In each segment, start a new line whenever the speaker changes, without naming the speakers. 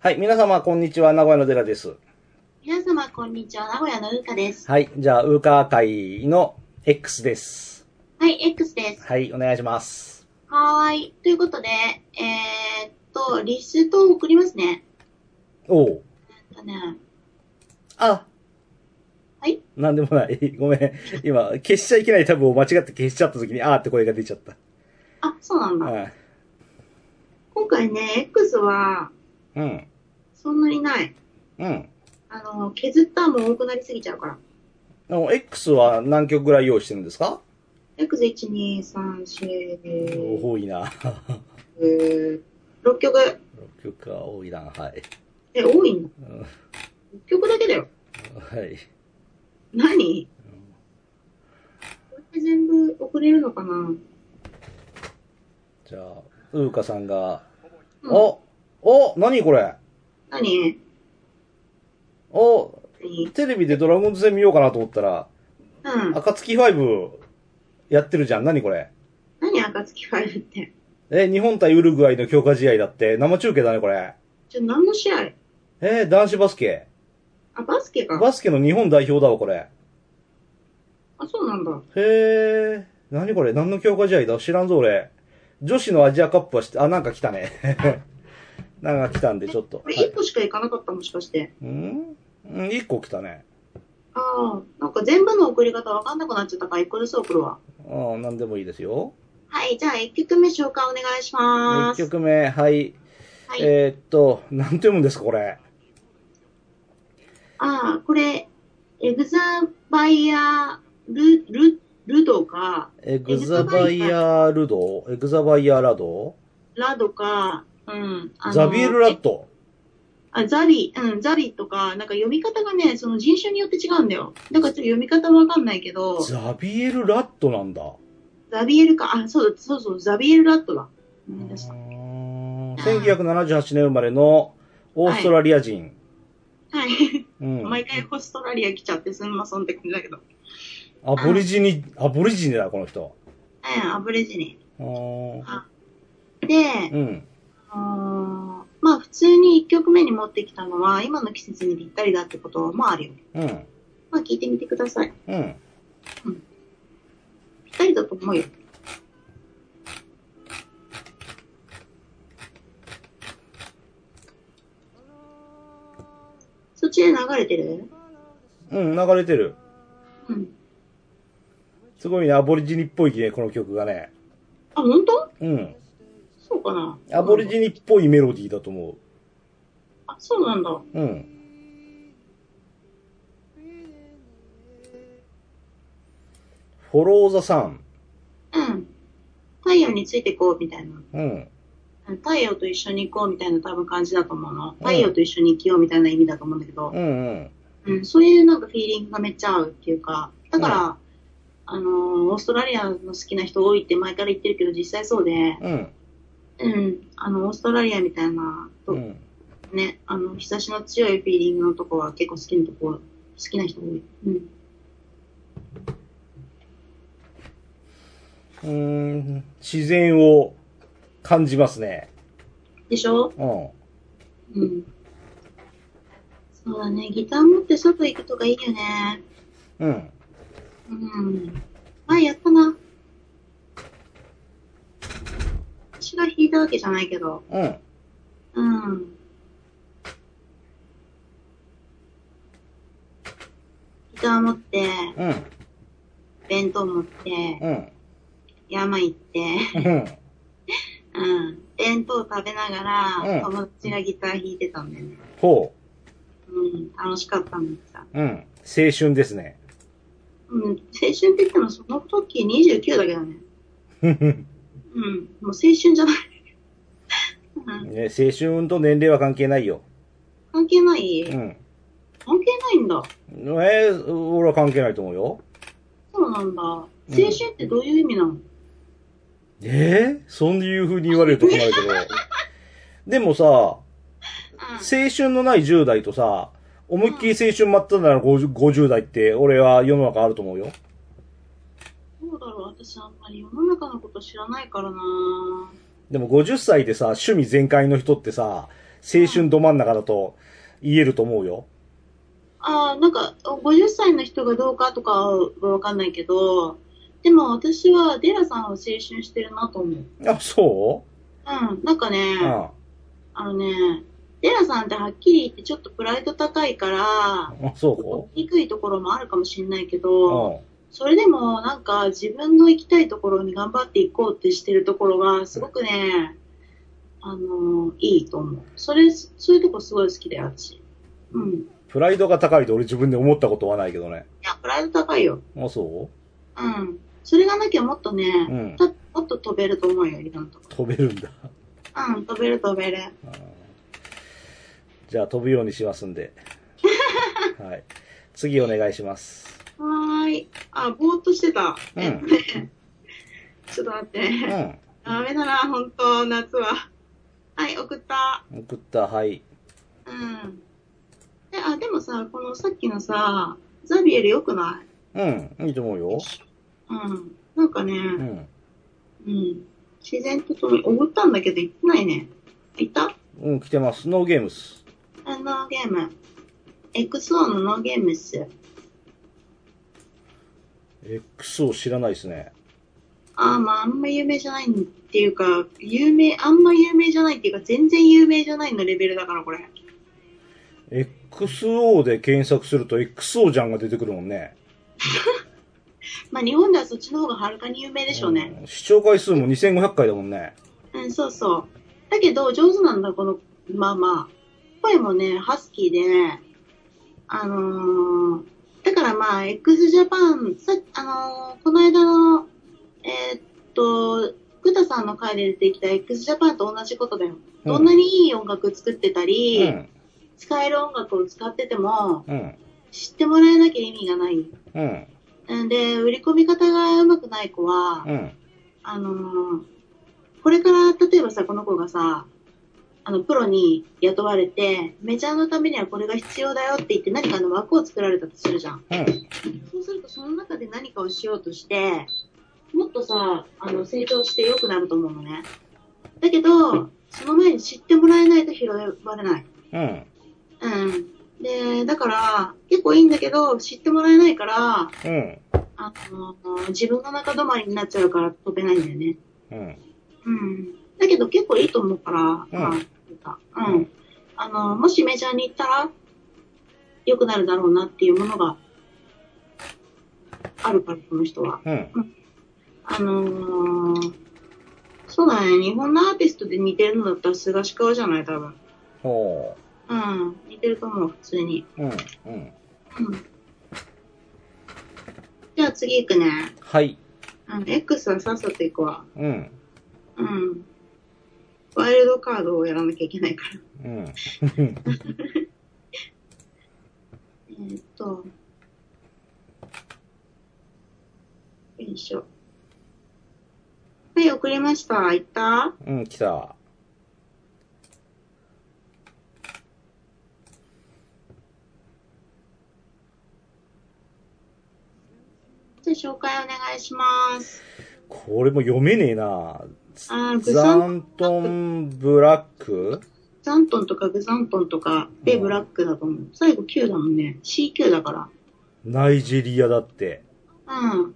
はい、皆様、こんにちは。名古屋の寺です。
皆様、こんにちは。名古屋のうかです。
はい、じゃあ、ウーカー会の X です。
はい、X です。
はい、お願いします。
はーい。ということで、えーっと、リストを送りますね。
おう。
えっとね
あ
はい
なんでもない。 ごめん。今、消しちゃいけないタブを間違って消しちゃった時に、あーって声が出ちゃった。
あ、そうなんだ。
はい。
今回ね、X は、
うん。
そんなにない。
うん。
あの、削ったも多くなりすぎちゃうから。
あの、X は何曲ぐらい用意してるんですか
X1、2、3、4、
多いな。
5、6曲。
6曲は多いな。はい。
え、多いんだ。
うん
6曲だけだよ。
はい。
何これで全部送れるのかな
じゃあ、ウーカさんが、
うん
おお何これ
何
お
何
テレビでドラゴンズ戦見ようかなと思ったら、
うん。
暁ファイブやってるじゃん。何これ
何暁ファイブって。
え、日本対ウルグアイの強化試合だって、生中継だね、これ。
ちょ、何の試合
えー男子バスケ。
あ、バスケか。
バスケの日本代表だわ、これ。
あ、そうなんだ。
へえ。何これ何の強化試合だ知らんぞ、俺。女子のアジアカップはして、あ、なんか来たね。 なんか来たんで、ちょっと。
これ
はい
1個しか行かなかったもしかして。
うんうん、1個来たね。
ああ、なんか全部の送り方わかんなくなっちゃったから1個ずつ送るわ。
うん、なんでもいいですよ。
はい、じゃあ1曲目紹介お願いしま
1
す。
曲目、はい。
はい。
えーっと、なんて読むんですか、これ。
ああ、これ、エグザバイアル、ル、ルドか、
エグザバイアールドエグザバイアーラド
ラドか、うん。あの
ザビエルラット。
あ、ザビ、うん、ザビとか、なんか読み方がね、その人種によって違うんだよ。だからちょっと読み方わかんないけど、
ザビエルラットなんだ。
ザビエルか、あ、そうだ、そうそう、ザビエルラットだ。思い出した
1978年生まれのオーストラリア人。
はい。
うん。
毎回オーストラリア来ちゃってすんまそんって感じだけど。
アボリジニ、アボリジニだ、この人。
ええ、アブレジニ。
あー
で、
うん。
あのーまあ普通に1曲目に持ってきたのは、今の季節にぴったりだってこともあるよ。
うん。
まあ聞いてみてください。
うん。
ぴったりだと思うよ。そっちで流れてる
うん、流れてる。
うん。
すごいね、アボリジニっぽいね、この曲がね。
あ、本当
うん。
そうかな
アボリジニっぽいメロディーだと思
あ、そうなんだ。
う。うん。フォローザサン。
うん。太陽についてこうみたいな。
うん。
太陽と一緒に行こうみたいな多分感じだと思うの。太陽と一緒に生きようみたいな意味だと思うんだけど、
うんうん。
うん、そういうなんかフィーリングがめっちゃ合うっていうか、だから、あのーオーストラリアの好きな人多いって前から言ってるけど実際そうで、
うん。
うん、あの、オーストラリアみたいな、と
うん。
ね、あの、日差しの強いフィーリングのとこは結構好きなとこ、好きな人多い。うん。
うーん自然を感じますね。
でしょ
うん。
うん。そうだね、ギター持って外行くとかいいよね。
うん。
うん。前やったな。私が弾いたわけじゃないけど。
うん。
うん。ギター持って、
うん。
弁当持って、
うん。
山行って、
うん。
うん。弁当食べなが
う
ら、
ん
友達がギター弾いてたんだよね。
ほ
うん。楽しかったんださ。
う。うん。青春ですね。
うん。青春って言っても、その時29だ けどね。
ふふ
うん。もう青春じゃない。うん
ね、青春と年齢は関係ないよ。
関係ない
うん。
関係ないんだ。
えー、俺は関係ないと思うよ。
そうなんだ。青春ってどういう意味なの、
えー、そういう風に言われると困るけど。でもさ、青春のない10代とさ、思いっきり青春真っただ中の 50, 50代って、俺は世の中あると思うよ。
うん。どうだろう私あんまり世の中のこと知らないからな
でも50歳でさ、趣味全開の人ってさ、青春ど真ん中だと言えると思うよ。
ああ、なんか、50歳の人がどうかとかはわかんないけど、でも私はデラさんは青春してるなと思う。
あ、そ
うん、なんかね
う、うん。
あのね、デラさんってはっきり言ってちょっとプライド高いから、
あ、そ
憎いところもあるかもしれないけ
う
ど、
うん。
それでもなんか自分の行きたいところに頑張っていこうってしてるところがすごくね、あのいいと思う。それ、そういうとこすごい好きだよ、私。うん。い
プライドが高いと俺自分で思ったことはないけどね。
や、プライド高いよ。
あ、そ
うん。それがなきゃもっとね、
ううん。
たもっと飛べると思うよ、いろんなとこ。
飛べるんだ。
うん、飛べる飛べる。
じゃあ飛ぶようにしますんで。はい。次お願いします。
はーい。あ、ぼーっとしてた。
うん
えっとねちょっと待って。
うん。
ダメだな、本当夏は。はい、送った。
送った、はい。
うん。で、あ、でもさ、このさっきのさ、ザビエル良くない
うん。いいと思うよ。
うん。なんかね、
うん。
うん。自然とと、送ったんだけど行ってないね。行った
うん、来てます。ノーゲームス。
あノーゲーム。XO のノーゲームっす。
XO 知らないですね。
ああ、まあ、あんま有名じゃないっていうか、有名、あんま有名じゃないっていうか、全然有名じゃないのレベルだから、これ。
XO で検索すると XO じゃんが出てくるもんね。
まあ、日本ではそっちの方がはるかに有名でしょうね。
うん視聴回数も2500回だもんね。
うん、そうそう。だけど、上手なんだ、この、まあまあ。声もね、ハスキーでね、あのーだからまあ、x ジャパンさ、あのーこの間の、えーっと、福田さんの回で出てきた x ジャパンと同じことだ
う
よ。
ん
どんなにいい音楽作ってたり、
うん。
使える音楽を使ってても、
うん。
知ってもらえなきゃ意味がない。
うん。
うんで、売り込み方がうまくない子は、
うん。
あのーこれから、例えばさ、この子がさ、あの、プロに雇われて、メジャーのためにはこれが必要だよって言って何かの枠を作られたとするじゃん。
うん。
そうすると、その中で何かをしようとして、もっとさ、あの、成長して良くなると思うのね。だけど、その前に知ってもらえないと拾われない。
うん。
うん。で、だから、結構いいんだけど、知ってもらえないから、
うん。
あの自分の中止まりになっちゃうから飛べないんだよね。
うん。
うん。だけど結構いいと思うから、まあ、うん。あのもしメジャーに行ったら、良くなるだろうなっていうものが、あるから、この人は。
うん。
あのーそうだね、日本のアーティストで似てるのだったら、菅氏川じゃない、多分。
ほ
うん、似てると思う、普通に。
う。うん。うん。
うん。じゃあ次行くね。
はい。
うん、X はさっさと行くわ。
うん。
うん。ワイルドカードをやらなきゃいけないから。
うん。
えーっと。よいしょ。はい、送りました。行った
うん、来た。
じゃあ紹介お願いします。
これも読めねえな。
あーグ
ザ
ザン、
ントンブラック
ザントンとかグザントンとかで
うん
ブラックだと思う。最後 Q だもんね。CQ だか
ナイジェリアだって。
ら。うん。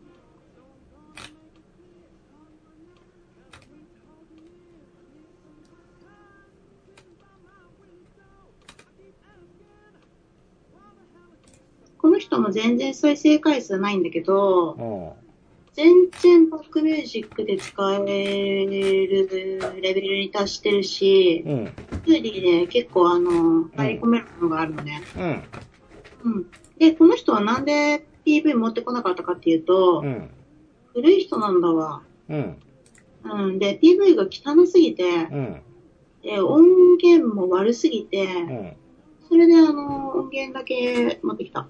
この人も全然再生回数ないんだけど、
うん。
全然バックミュージックで使えるレベルに達してるし、
うん。
メロディーで結構あの、入り込めるものがあるのね。
うん。
うん。で、この人はなんで PV 持ってこなかったかっていうと
う、ん。
古い人なんだわ。
うん。
うん。で、PV が汚すぎて、
うん。
で音源も悪すぎて、
うん。
それであの、音源だけ持ってきた。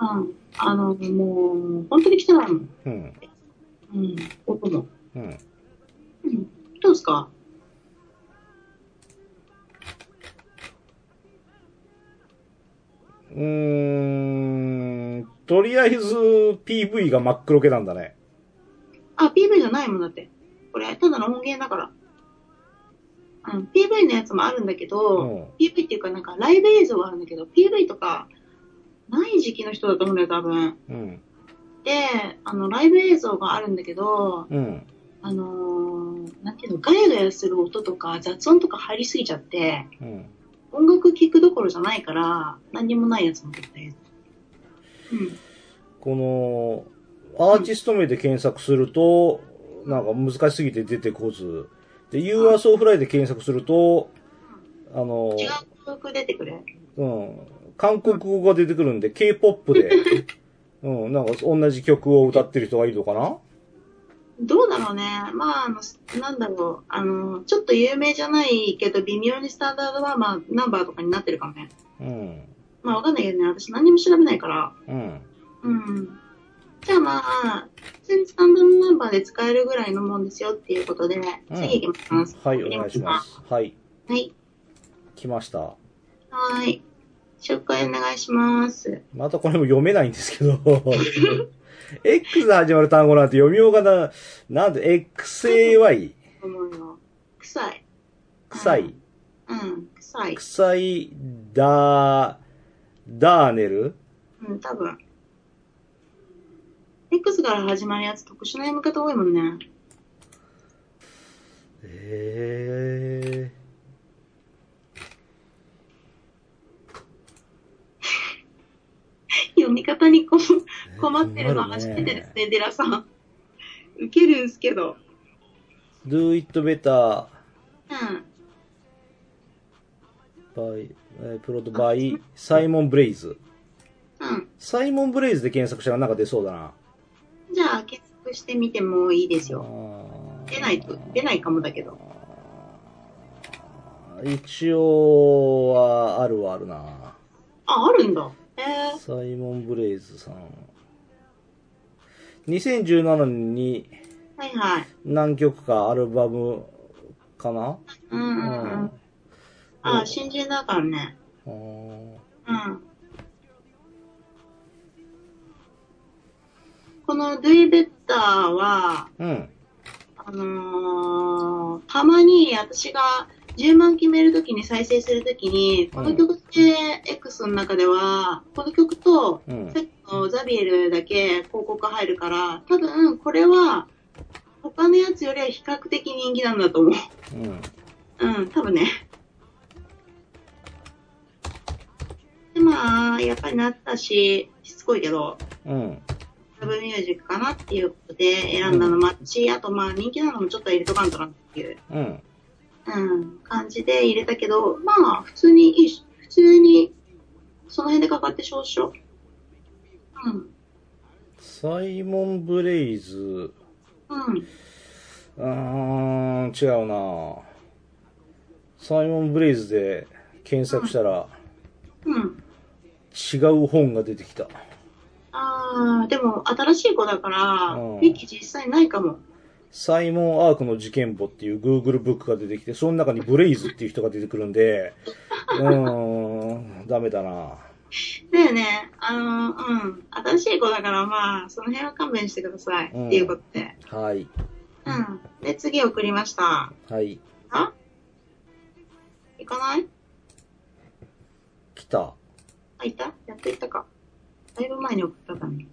うん。あの、もう、本当に汚いもん。
うん。
うん。音も。
うん。
うんどうですか
うーん。とりあえず PV が真っ黒けなんだね。
あ、PV じゃないもんだって。これ、ただの音源だから。あの PV のやつもあるんだけど、
うん。
PV っていうかなんかライブ映像があるんだけど、PV とかない時期の人だと思うんだよ、多分。
うん。
で、あの、ライブ映像があるんだけど、
うん。
あのーなんていうの、ガヤガヤする音とか雑音とか入りすぎちゃって、
うん。
音楽聴くどころじゃないから、何にもないやつも撮ったやつ。うん。
この、アーティスト名で検索すると、なんか難しすぎて出てこず、で、You are so fly で検索すると、あの、
違う曲出てくれ。
うん、韓国語が出てくるんで、K-POP で、うん、なんか同じ曲を歌ってる人がいるのかな
どうだろうね。まあ、あの、なんだろう。あの、ちょっと有名じゃないけど、微妙にスタンダードは、まあ、ナンバーとかになってるかもね。
うん、
まあ、わかんないけどね。私何にも調べないから。
うん、
うん。じゃあまあ、普通にスタンダードナンバーで使えるぐらいのもんですよっていうことで、
うん
次行きます。
はい、お願いします。はい、
はい。
来ました。
はーい。紹介お願いします。
またこれも読めないんですけど、X で始まる単語なんて読みようがな、なんで、XAY、
思うよ。臭い。
臭い、
うん、臭い。
臭い、だ、ダーネル
うん、多分。X から始まるやつ特殊な読み方多いもんね。
え
読み方にこ
えー。
困ってるの初めてです
ね。
ね、デラさん。ウケるんすけど。
do it better
うん。
by, えー prod by サイモン・ブレイズ。
うん。
サイモン・ブレイズで検索したらなんか出そうだな。
じゃあ、検索してみてもいいですよ。出
出
ないと、出ないかもだけど。
一応はあるはあるな。
あ、あるんだ。えー、
サイモン・ブレイズさん。2017年に
はいはい。
何曲かアルバムかな
うんう
うん
うん。
う
あ、
ん
新人だからね。
ん。
うん。このドゥイベッターは、
うん。
あのーたまに私が10万決めるときに再生するときに、この曲って X の中では、この曲と、
うん
さっきのザビエルだけ広告入るから、多分これは、他のやつよりは比較的人気なんだと思う。
うん。
うん、多分ね。で、まあ、やっぱりなったし、しつこいけど、
うん。
ラブミュージックかなっていうことで選んだのもあったし、あとまあ人気なのもちょっと入れとかんとなっていう、
うん。
うん、感じで入れたけど、まあ普通にいいし、普通にその辺でかかって少々。うん、
サイモン・ブレイズ。
うん、
うーん、違うなサイモン・ブレイズで検索したら
うん。
違う本が出てきた。
ああ、でも新しい子だから
うん、
ウィキ実際ないかも。
サイモン・アークの事件簿っていう Google ブックが出てきて、その中にブレイズっていう人が出てくるんで、うーん、ダメだな
だよね、あの、うん、新しい子だからまあその辺は勘弁してください、
うん
っていうことで。
はい。
うん。で、次送りました。
はい。
あ行かない
来た。
あ、いたやっといったか。だいぶ前に送ったからね。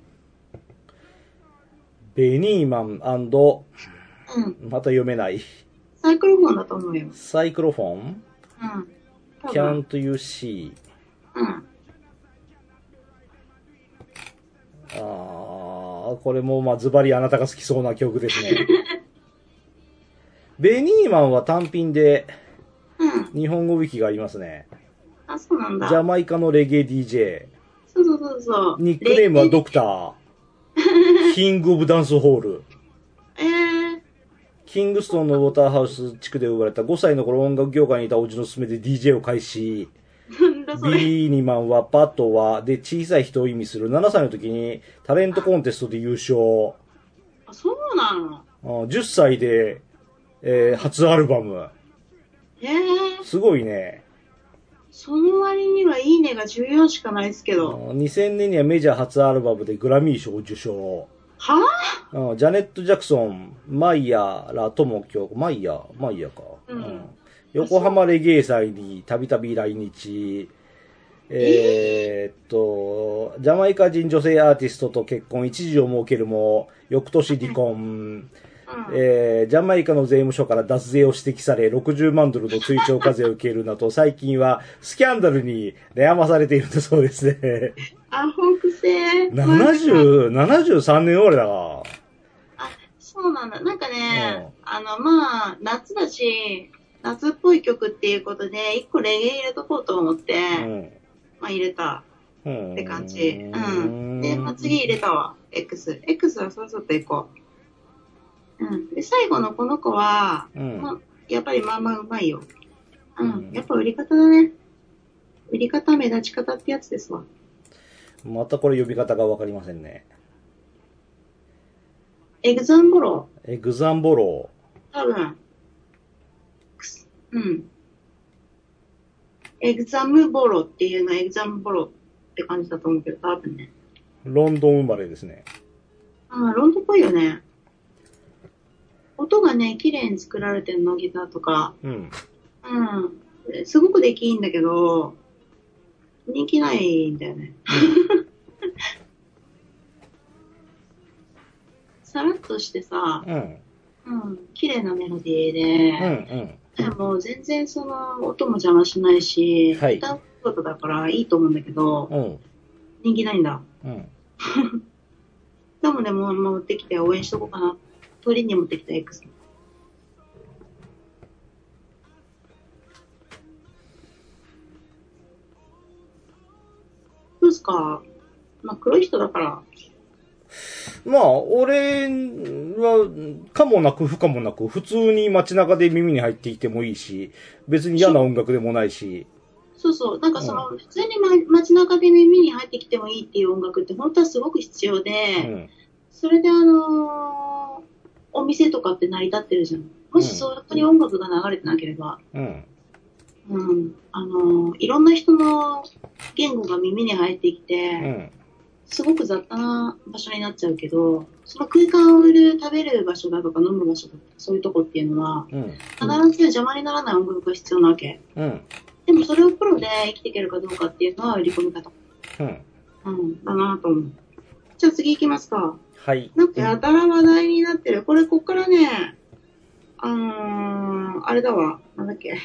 ベニーマン
うん。
また読めない。
サイクロフォンだと思うよ。
サイクロフォン
うん。多分。
?Can't you see?
うん。
ああ、これもまあズバリあなたが好きそうな曲ですね。ベニーマンは単品で
うん。
日本語ウィキがありますね。
あ、そうなん
ジ
だ。
ャマイカのレゲエ DJ。
そうそうそうそう。
ニックネームは
レイ
ドクター。キング・オブ・ダンスホール。
えー、
キングストンのウォーターハウス地区で生まれた5歳の頃音楽業界にいたおじの勧めで DJ を開始。
なんだそ
ビ
れ。
リーニマンはパトワで小さい人を意味する7歳の時にタレントコンテストで優勝。
あ、そうなの。
あ10歳で、えー初アルバム。
えー、
すごいね。
その割にはいいねが14しかないですけ
あ
ど。
の2000年にはメジャー初アルバムでグラミー賞を受賞。
は
うんジャネット・ジャクソン、マイヤーらとも曲、マイヤー、マイヤーか。
うん
横浜レゲエ祭にたびたび来日、えーっと、ジャマイカ人女性アーティストと結婚一時を設けるも、翌年離婚、
うん
えージャマイカの税務署から脱税を指摘され、60万ドルの追徴課税を受けるなど、 最近はスキャンダルに悩まされているんだそうです ね。
あ、ほんくせー。
70、73年生まれだか
あ、そうなんだ。なんかね、
う
あの、まあ、夏だし、夏っぽい曲っていうことで、一個レゲエ入れとこうと思って、
ら。うん。
まあ入れた
うん
って感じ。うん。で、まあ次入れたわ。X。X はさっさと行こう。うん。で、最後のこの子は、
うん
まあ、やっぱりまあまあうまいよ。う
うん
ん。やっぱ売り方だね。売り方、目立ち方ってやつですわ。
またこれ呼び方がわかりませんね。
エグザンボロ
エグザンボロ
多分、くすうん。エグザムボロっていうのはエグザムボロって感じだと思うけど、多分ね。
ー、ロンドン生まれですね。
ああ、ロンドンっぽいよね。音がね、綺麗に作られてるの、ギターとか。
うん。
うん。すごく出来いいんだけど、人気ないんだよね。 さらっとしてさ、
うん。
うん、綺麗なメロディ
う
ー
ん。う
で、
ん。
でも全然その音も邪魔しないし、
はい
歌うことだからいいと思うんだけど、
うん。
人気ないんだ。
うん。
でもでも持ってきて応援しとこうかな。鳥に持ってきた X。どうですかまあ黒い人だから。
まあ、俺は、かもなく不可もなく、普通に街中で耳に入っていてもいいし、別に嫌な音楽でもないし、
そうそう。なんかその、普通に、ま、街中で耳に入ってきてもいいっていう音楽って本当はすごく必要で、
うん。
それであのーお店とかって成り立ってるじゃん。も
う
し
ん
そこに音楽が流れてなければ、
うん。
うん、あのいろんな人の言語が耳に入ってきて、
うん。
すごく雑多な場所になっちゃうけど、その空間を売る、食べる場所だとか飲む場所だとか、そういうとこっていうのは、
うん。
必ず邪魔にならない音楽が必要なわけ。
うん。
でもそれをプロで生きていけるかどうかっていうのは売り込み方。
うん。
うん、だなと思う。じゃあ次行きますか。
はい。
なんかやたら話題になってる。これ、こっからね、あのー、あれだわ。なんだっけ。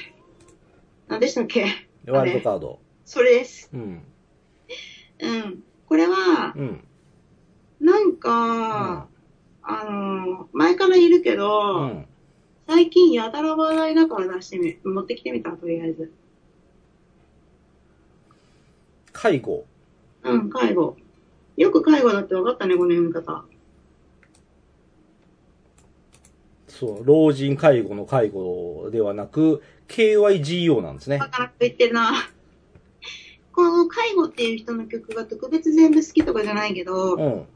なんでしたっけ。
ワイルドカード。
それです。
うん。
うん。これは、
うん。
なん
う
か
ん、。
あのー、前からいるけ
う
ど、
ん。
最近やたら話題だから出してみ、持ってきてみた、とりあえず。
介護。
うん、介護。よく介護だって分かったね、この読み方。
そう、老人介護の介護ではなく、KYGO なんですね
バ。カなこと言って るな。この介護っていう人の曲が特別全部好きとかじゃないけど、
うん。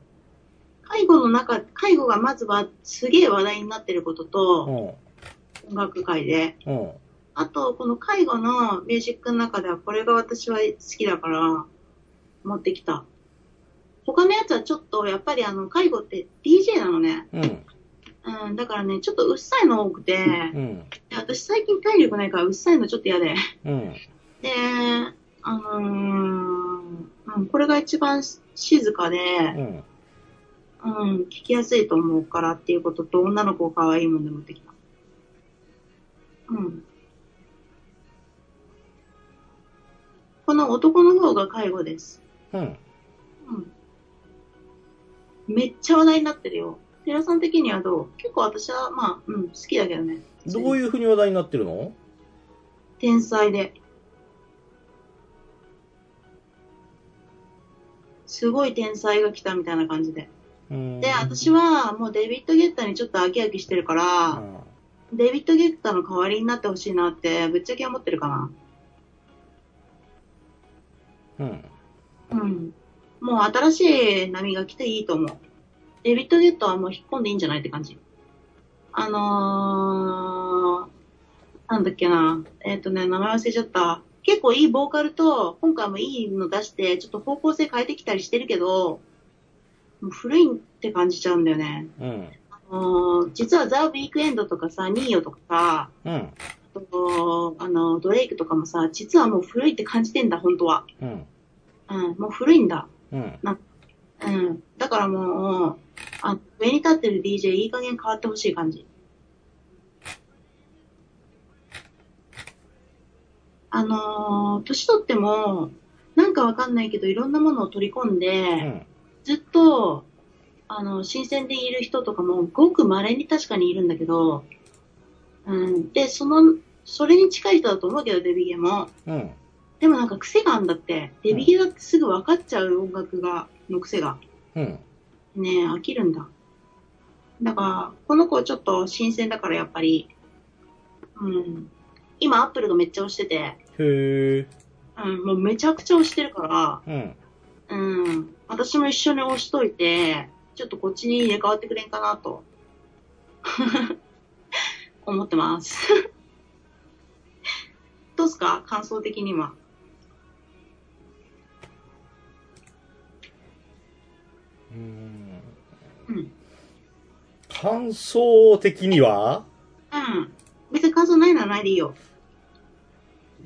介護の中、介護がまずはすげえ話題になってること
う
と、
ん。
音楽界で。
うん。
あと、この介護のミュージックの中ではこれが私は好きだから、持ってきた。他のやつはちょっと、やっぱりあの、介護って DJ なのね。
うん。
うん、だからね、ちょっとうっさいの多くて、
うん。
で私最近体力ないからうっさいのちょっと嫌で。
うん。
で、あのーうん、これが一番静かで、
うん。
うん、聞きやすいと思うからっていうことと、女の子を可愛いもんで持ってきた。うん。この男の方が介護です。
うん。
うん。めっちゃ話題になってるよ。寺さん的にはどう結構私は、まあ、うん、好きだけどね。
どう
う
いうふうに話題になってるの
天才で。すごい天才が来たみたいな感じで。
うん。
で、私はもうデビッド・ゲッターにちょっと飽き飽きしてるから、
うん、
デビッド・ゲッターの代わりになってほしいなって、ぶっちゃけ思ってるかな。
うん。
うん。もう新しい波が来ていいと思う。デビッド・ゲッターはもう引っ込んでいいんじゃないって感じ。あのー、なんだっけな。えっ、とね、名前忘れちゃった。結構いいボーカルと、今回もいいの出して、ちょっと方向性変えてきたりしてるけど、もう古いって感じちゃうんだよね。
うん。
あのー実はザ・ウィークエンドとかさ、ニーヨとかさ、
うん。
と、あの、ドレイクとかもさ、実はもう古いって感じてんだ、本当は。
うん。
うん、もう古いんだ。
うん。
うん。だからもう、あ、上に立ってる DJ いい加減変わってほしい感じ。あのー年取っても、なんかわかんないけど、いろんなものを取り込んで、
うん。
ずっと、あの、新鮮でいる人とかも、ごく稀に確かにいるんだけど、うん。で、その、それに近い人だと思うけど、デビゲも。
うん。
でもなんか癖があるんだって。デビゲだってすぐ分かっちゃう音楽が、の癖が。
うん。
ねえ、飽きるんだ。だから、この子ちょっと新鮮だから、やっぱり。うん。今、アップルがめっちゃ押してて、
へえ。
うん、もうめちゃくちゃ押してるか
うん。
ら、うん。私も一緒に押しといて、ちょっとこっちに入れ替わってくれんかなと。 思ってます。 どうっすか感想的には。
うん。
うん。うん。
感想的には
別に感想ないならないでいいよ。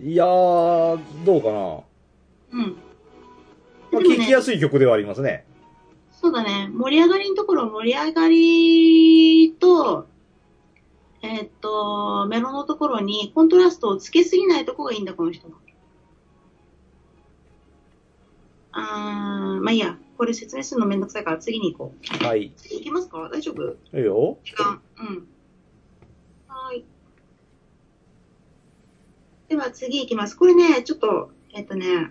いやー、どうかな。
うん。
まあ、
でもね
聞きやすい曲ではありますね。
そうだね。盛り上がりのところ、盛り上がりと、えーっと、メロのところにコントラストをつけすぎないとこがいいんだ、この人は。あー、まあいいや。これ説明するのめんどくさいから次に行こう。
はい。い
次行けますか大丈夫
いよ。
時間。うん。はーい。では次行きます。これね、ちょっと、えーっとね、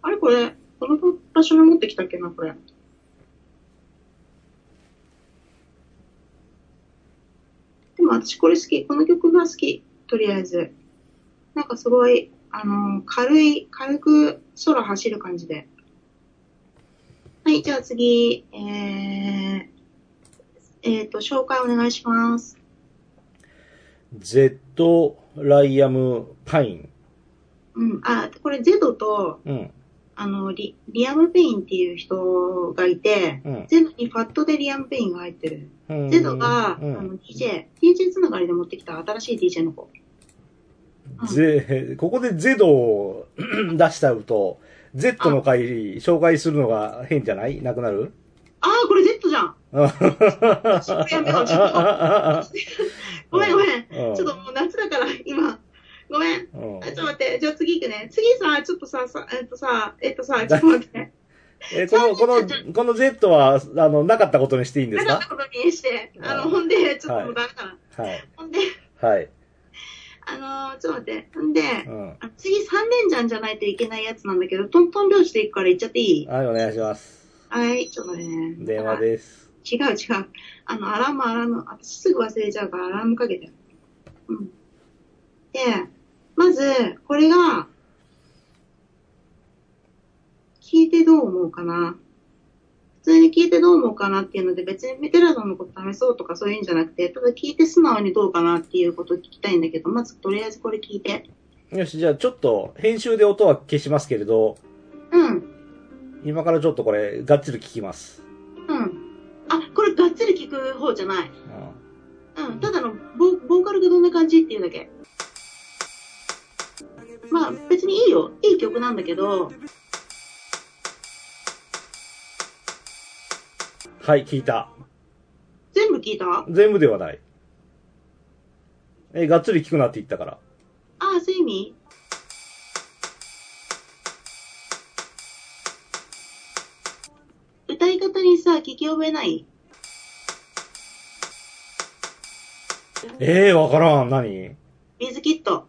あれこれ、この場所に持ってきたっけな、これ。でも私これ好き。この曲が好き。とりあえず。なんかすごい、あのー軽い、軽く空走る感じで。はい、じゃあ次、えー、えっ、と、紹介お願いします。
Z、ライアム、パイン。
うん、あ、これゼドと、
うん。
あの、リ、リアム・ペインっていう人がいて、
うん。
ゼドにファットでリアム・ペインが入ってる。
うん
ゼドが、
う
あの
ん。
DJ、DJ つながりで持ってきた新しい DJ の子。うん
ゼ、ここでゼドを 出しちゃうと、Z の回、紹介するのが変じゃないなくなる
あー、これ Z じゃんそれやめようちょ っごめんごめん。
うん
ちょっともう夏だから、今。ごめん。
うん
あちょっと待って。じゃあ次行くね。次さ、ちょっとさ、さえっとさ、えっとさ、ちょっと待って。
え、この、この、この Z は、あの、なかったことにしていいんで
な
す
かった
か
ことにして、あの、ほんで、ちょっともうダメだな。
はい。
ほんで、
はい。
あのー、ちょっと待って。ほんで、
うん。
あ次、三連ジャンじゃないといけないやつなんだけど、トントン拍子でいくから行っちゃっていい
はい、お願いします。
はい、ちょっと待ってね。
電話です。
違う違う。あの、アラームアラーム。私すぐ忘れちゃうからアラームかけて。うん。で、まず、これが、聞いてどう思うかな。普通に聞いてどう思うかなっていうので、別にメテラさんのこと試そうとかそういうんじゃなくて、ただ聞いて素直にどうかなっていうことを聞きたいんだけど、まずとりあえずこれ聞いて。
よし、じゃあちょっと、編集で音は消しますけれど、
うん、
今からちょっとこれ、がっつり聞きます。
うん。あ、これがっつり聞く方じゃない。
うん
うん、ただのボボーカルがどんな感じっていうだけ。まあ別にいいよ。いい曲なんだけど、
はい、聞いた。
全部聞いたあ
全部ではない。え、がっつり聞くなって言ったから。
あ、そういう意味歌い方にさ、聞き覚えない
ええー、わからん。何
水キット。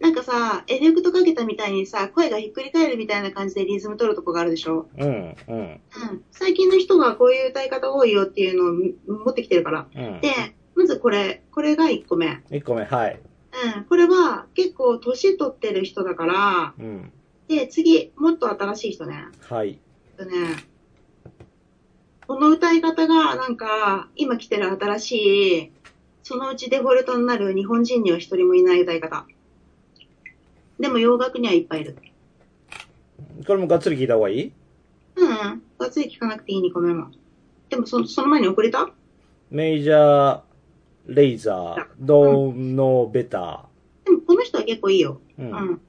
なんかさ、エフェクトかけたみたいにさ、声がひっくり返るみたいな感じでリズム取るとこがあるでしょ
うん、うん、
うん。最近の人がこういう歌い方多いよっていうのを持ってきてるから。
うん。
で、まずこれ、これが1個目。う
1個目、はい。
ん、これは結構年取ってる人だから、
うん、
で、次、もっと新しい人ね。
はい。
えっとね、この歌い方がなんか、今来てる新しい、そのうちデフォルトになる日本人には一人もいない歌い方。でも洋楽にはいっぱいいる。
これもがっつり聞いた方がいい
うん、うん。がっつり聞かなくていい2個目も。でもそ、その前に遅れた
メジャー、レイザー、ドンノベタ
でもこの人は結構いいよ。
ー。う。
うんん。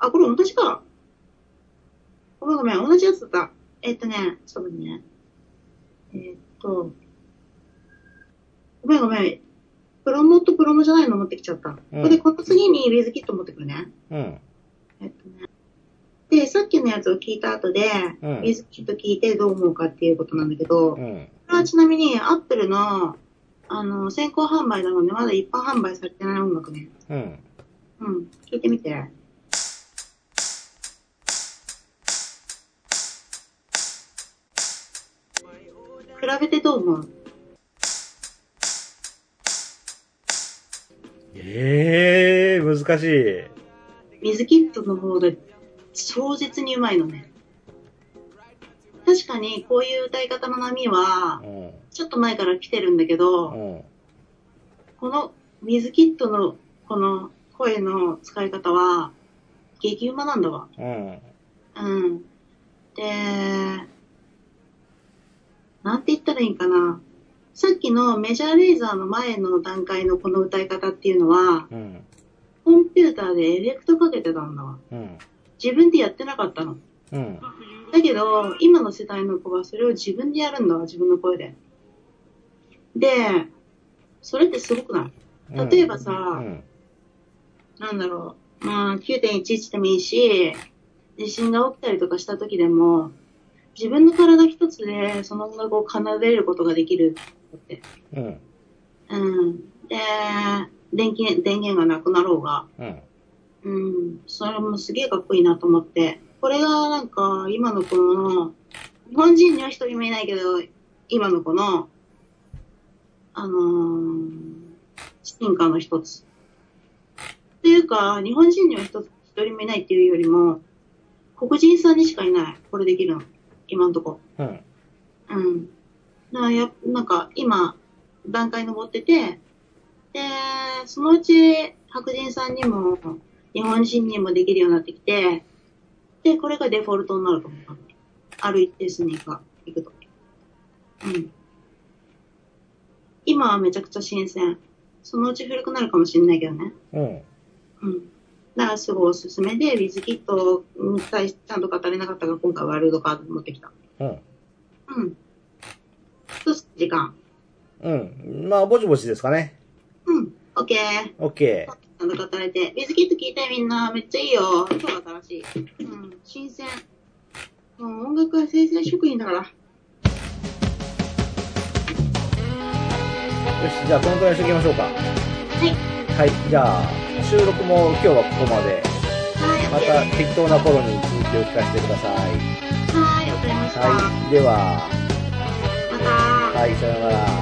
あ、これ同じか。ごめんごめん、同じやつだった。えっとね、ちょっと待ってね。えっと、ごめんごめん。プロモとプロモじゃないの持ってきちゃった。こ
うん
こでこの次にウィズキット持ってくるね。
うん。
えっとね。で、さっきのやつを聞いた後で、
うん
ウィズキット聞いてどう思うかっていうことなんだけど、
う
こ
ん。
れはちなみにアップルの、あの、先行販売なので、まだ一般販売されてない音楽ね。
うん。
うん、聞いてみて。比べてどう思う
ええー、難しい。
水キットの方が超絶にうまいのね。確かにこういう歌い方の波は
う、ん。
ちょっと前から来てるんだけど、
うん。
この水キットのこの声の使い方は、激うまなんだわ。
うん。
うん。で、なんて言ったらいいんかな。さっきのメジャーレーザーの前の段階のこの歌い方っていうのは、
うん。
コンピューターでエフェクトかけてたんだわ。
うん。
自分でやってなかったの。
うん。
だけど、今の世代の子はそれを自分でやるんだわ、自分の声で。で、それってすごくない
うん
例えばさ
うん。
なんだろう、まあ、9.11でもいいし、地震が起きたりとかした時でも、自分の体一つでその音楽を奏でることができるって。
うん。
うん。で、電気、電源がなくなろうが、
うん。
うん、それもすげえかっこいいなと思って。これがなんか、今の子の、日本人には一人もいないけど、今の子の、あのー、進化の一つ。っていうか、日本人には一つ一人もいないっていうよりも、黒人さんにしかいない。これできるの。今のとこ。
うん。
うん。だからや、なんか、今、段階登ってて、で、そのうち白人さんにも、日本人にもできるようになってきて、で、これがデフォルトになると思う。ある一定数に行くと。うん。今はめちゃくちゃ新鮮。そのうち古くなるかもしれないけどね。
うん。
うん。だからすごいおすすめで、ウィズキットに対してちゃんと語れなかったが、今回ワールドカード持ってきた。
うん。
うん。一つ時間。
うん。まあ、ぼちぼちですかね。
うん。オッケー。
オッケ
なんだか働いて。水キット聞いてみんな。めっちゃいいよ。今日は新しい。うん。新鮮。もう音楽は生成食品だから。
ー。よし、じゃあ、このくらいにしておきましょうか。
は
は
い。
い。じゃあ、収録も今日はここまで。ま
はい、
た
OK で
適当な頃に続きを聞かせてください。
す。はい、わかりました。
はい。では、
また。
はい、さようなら。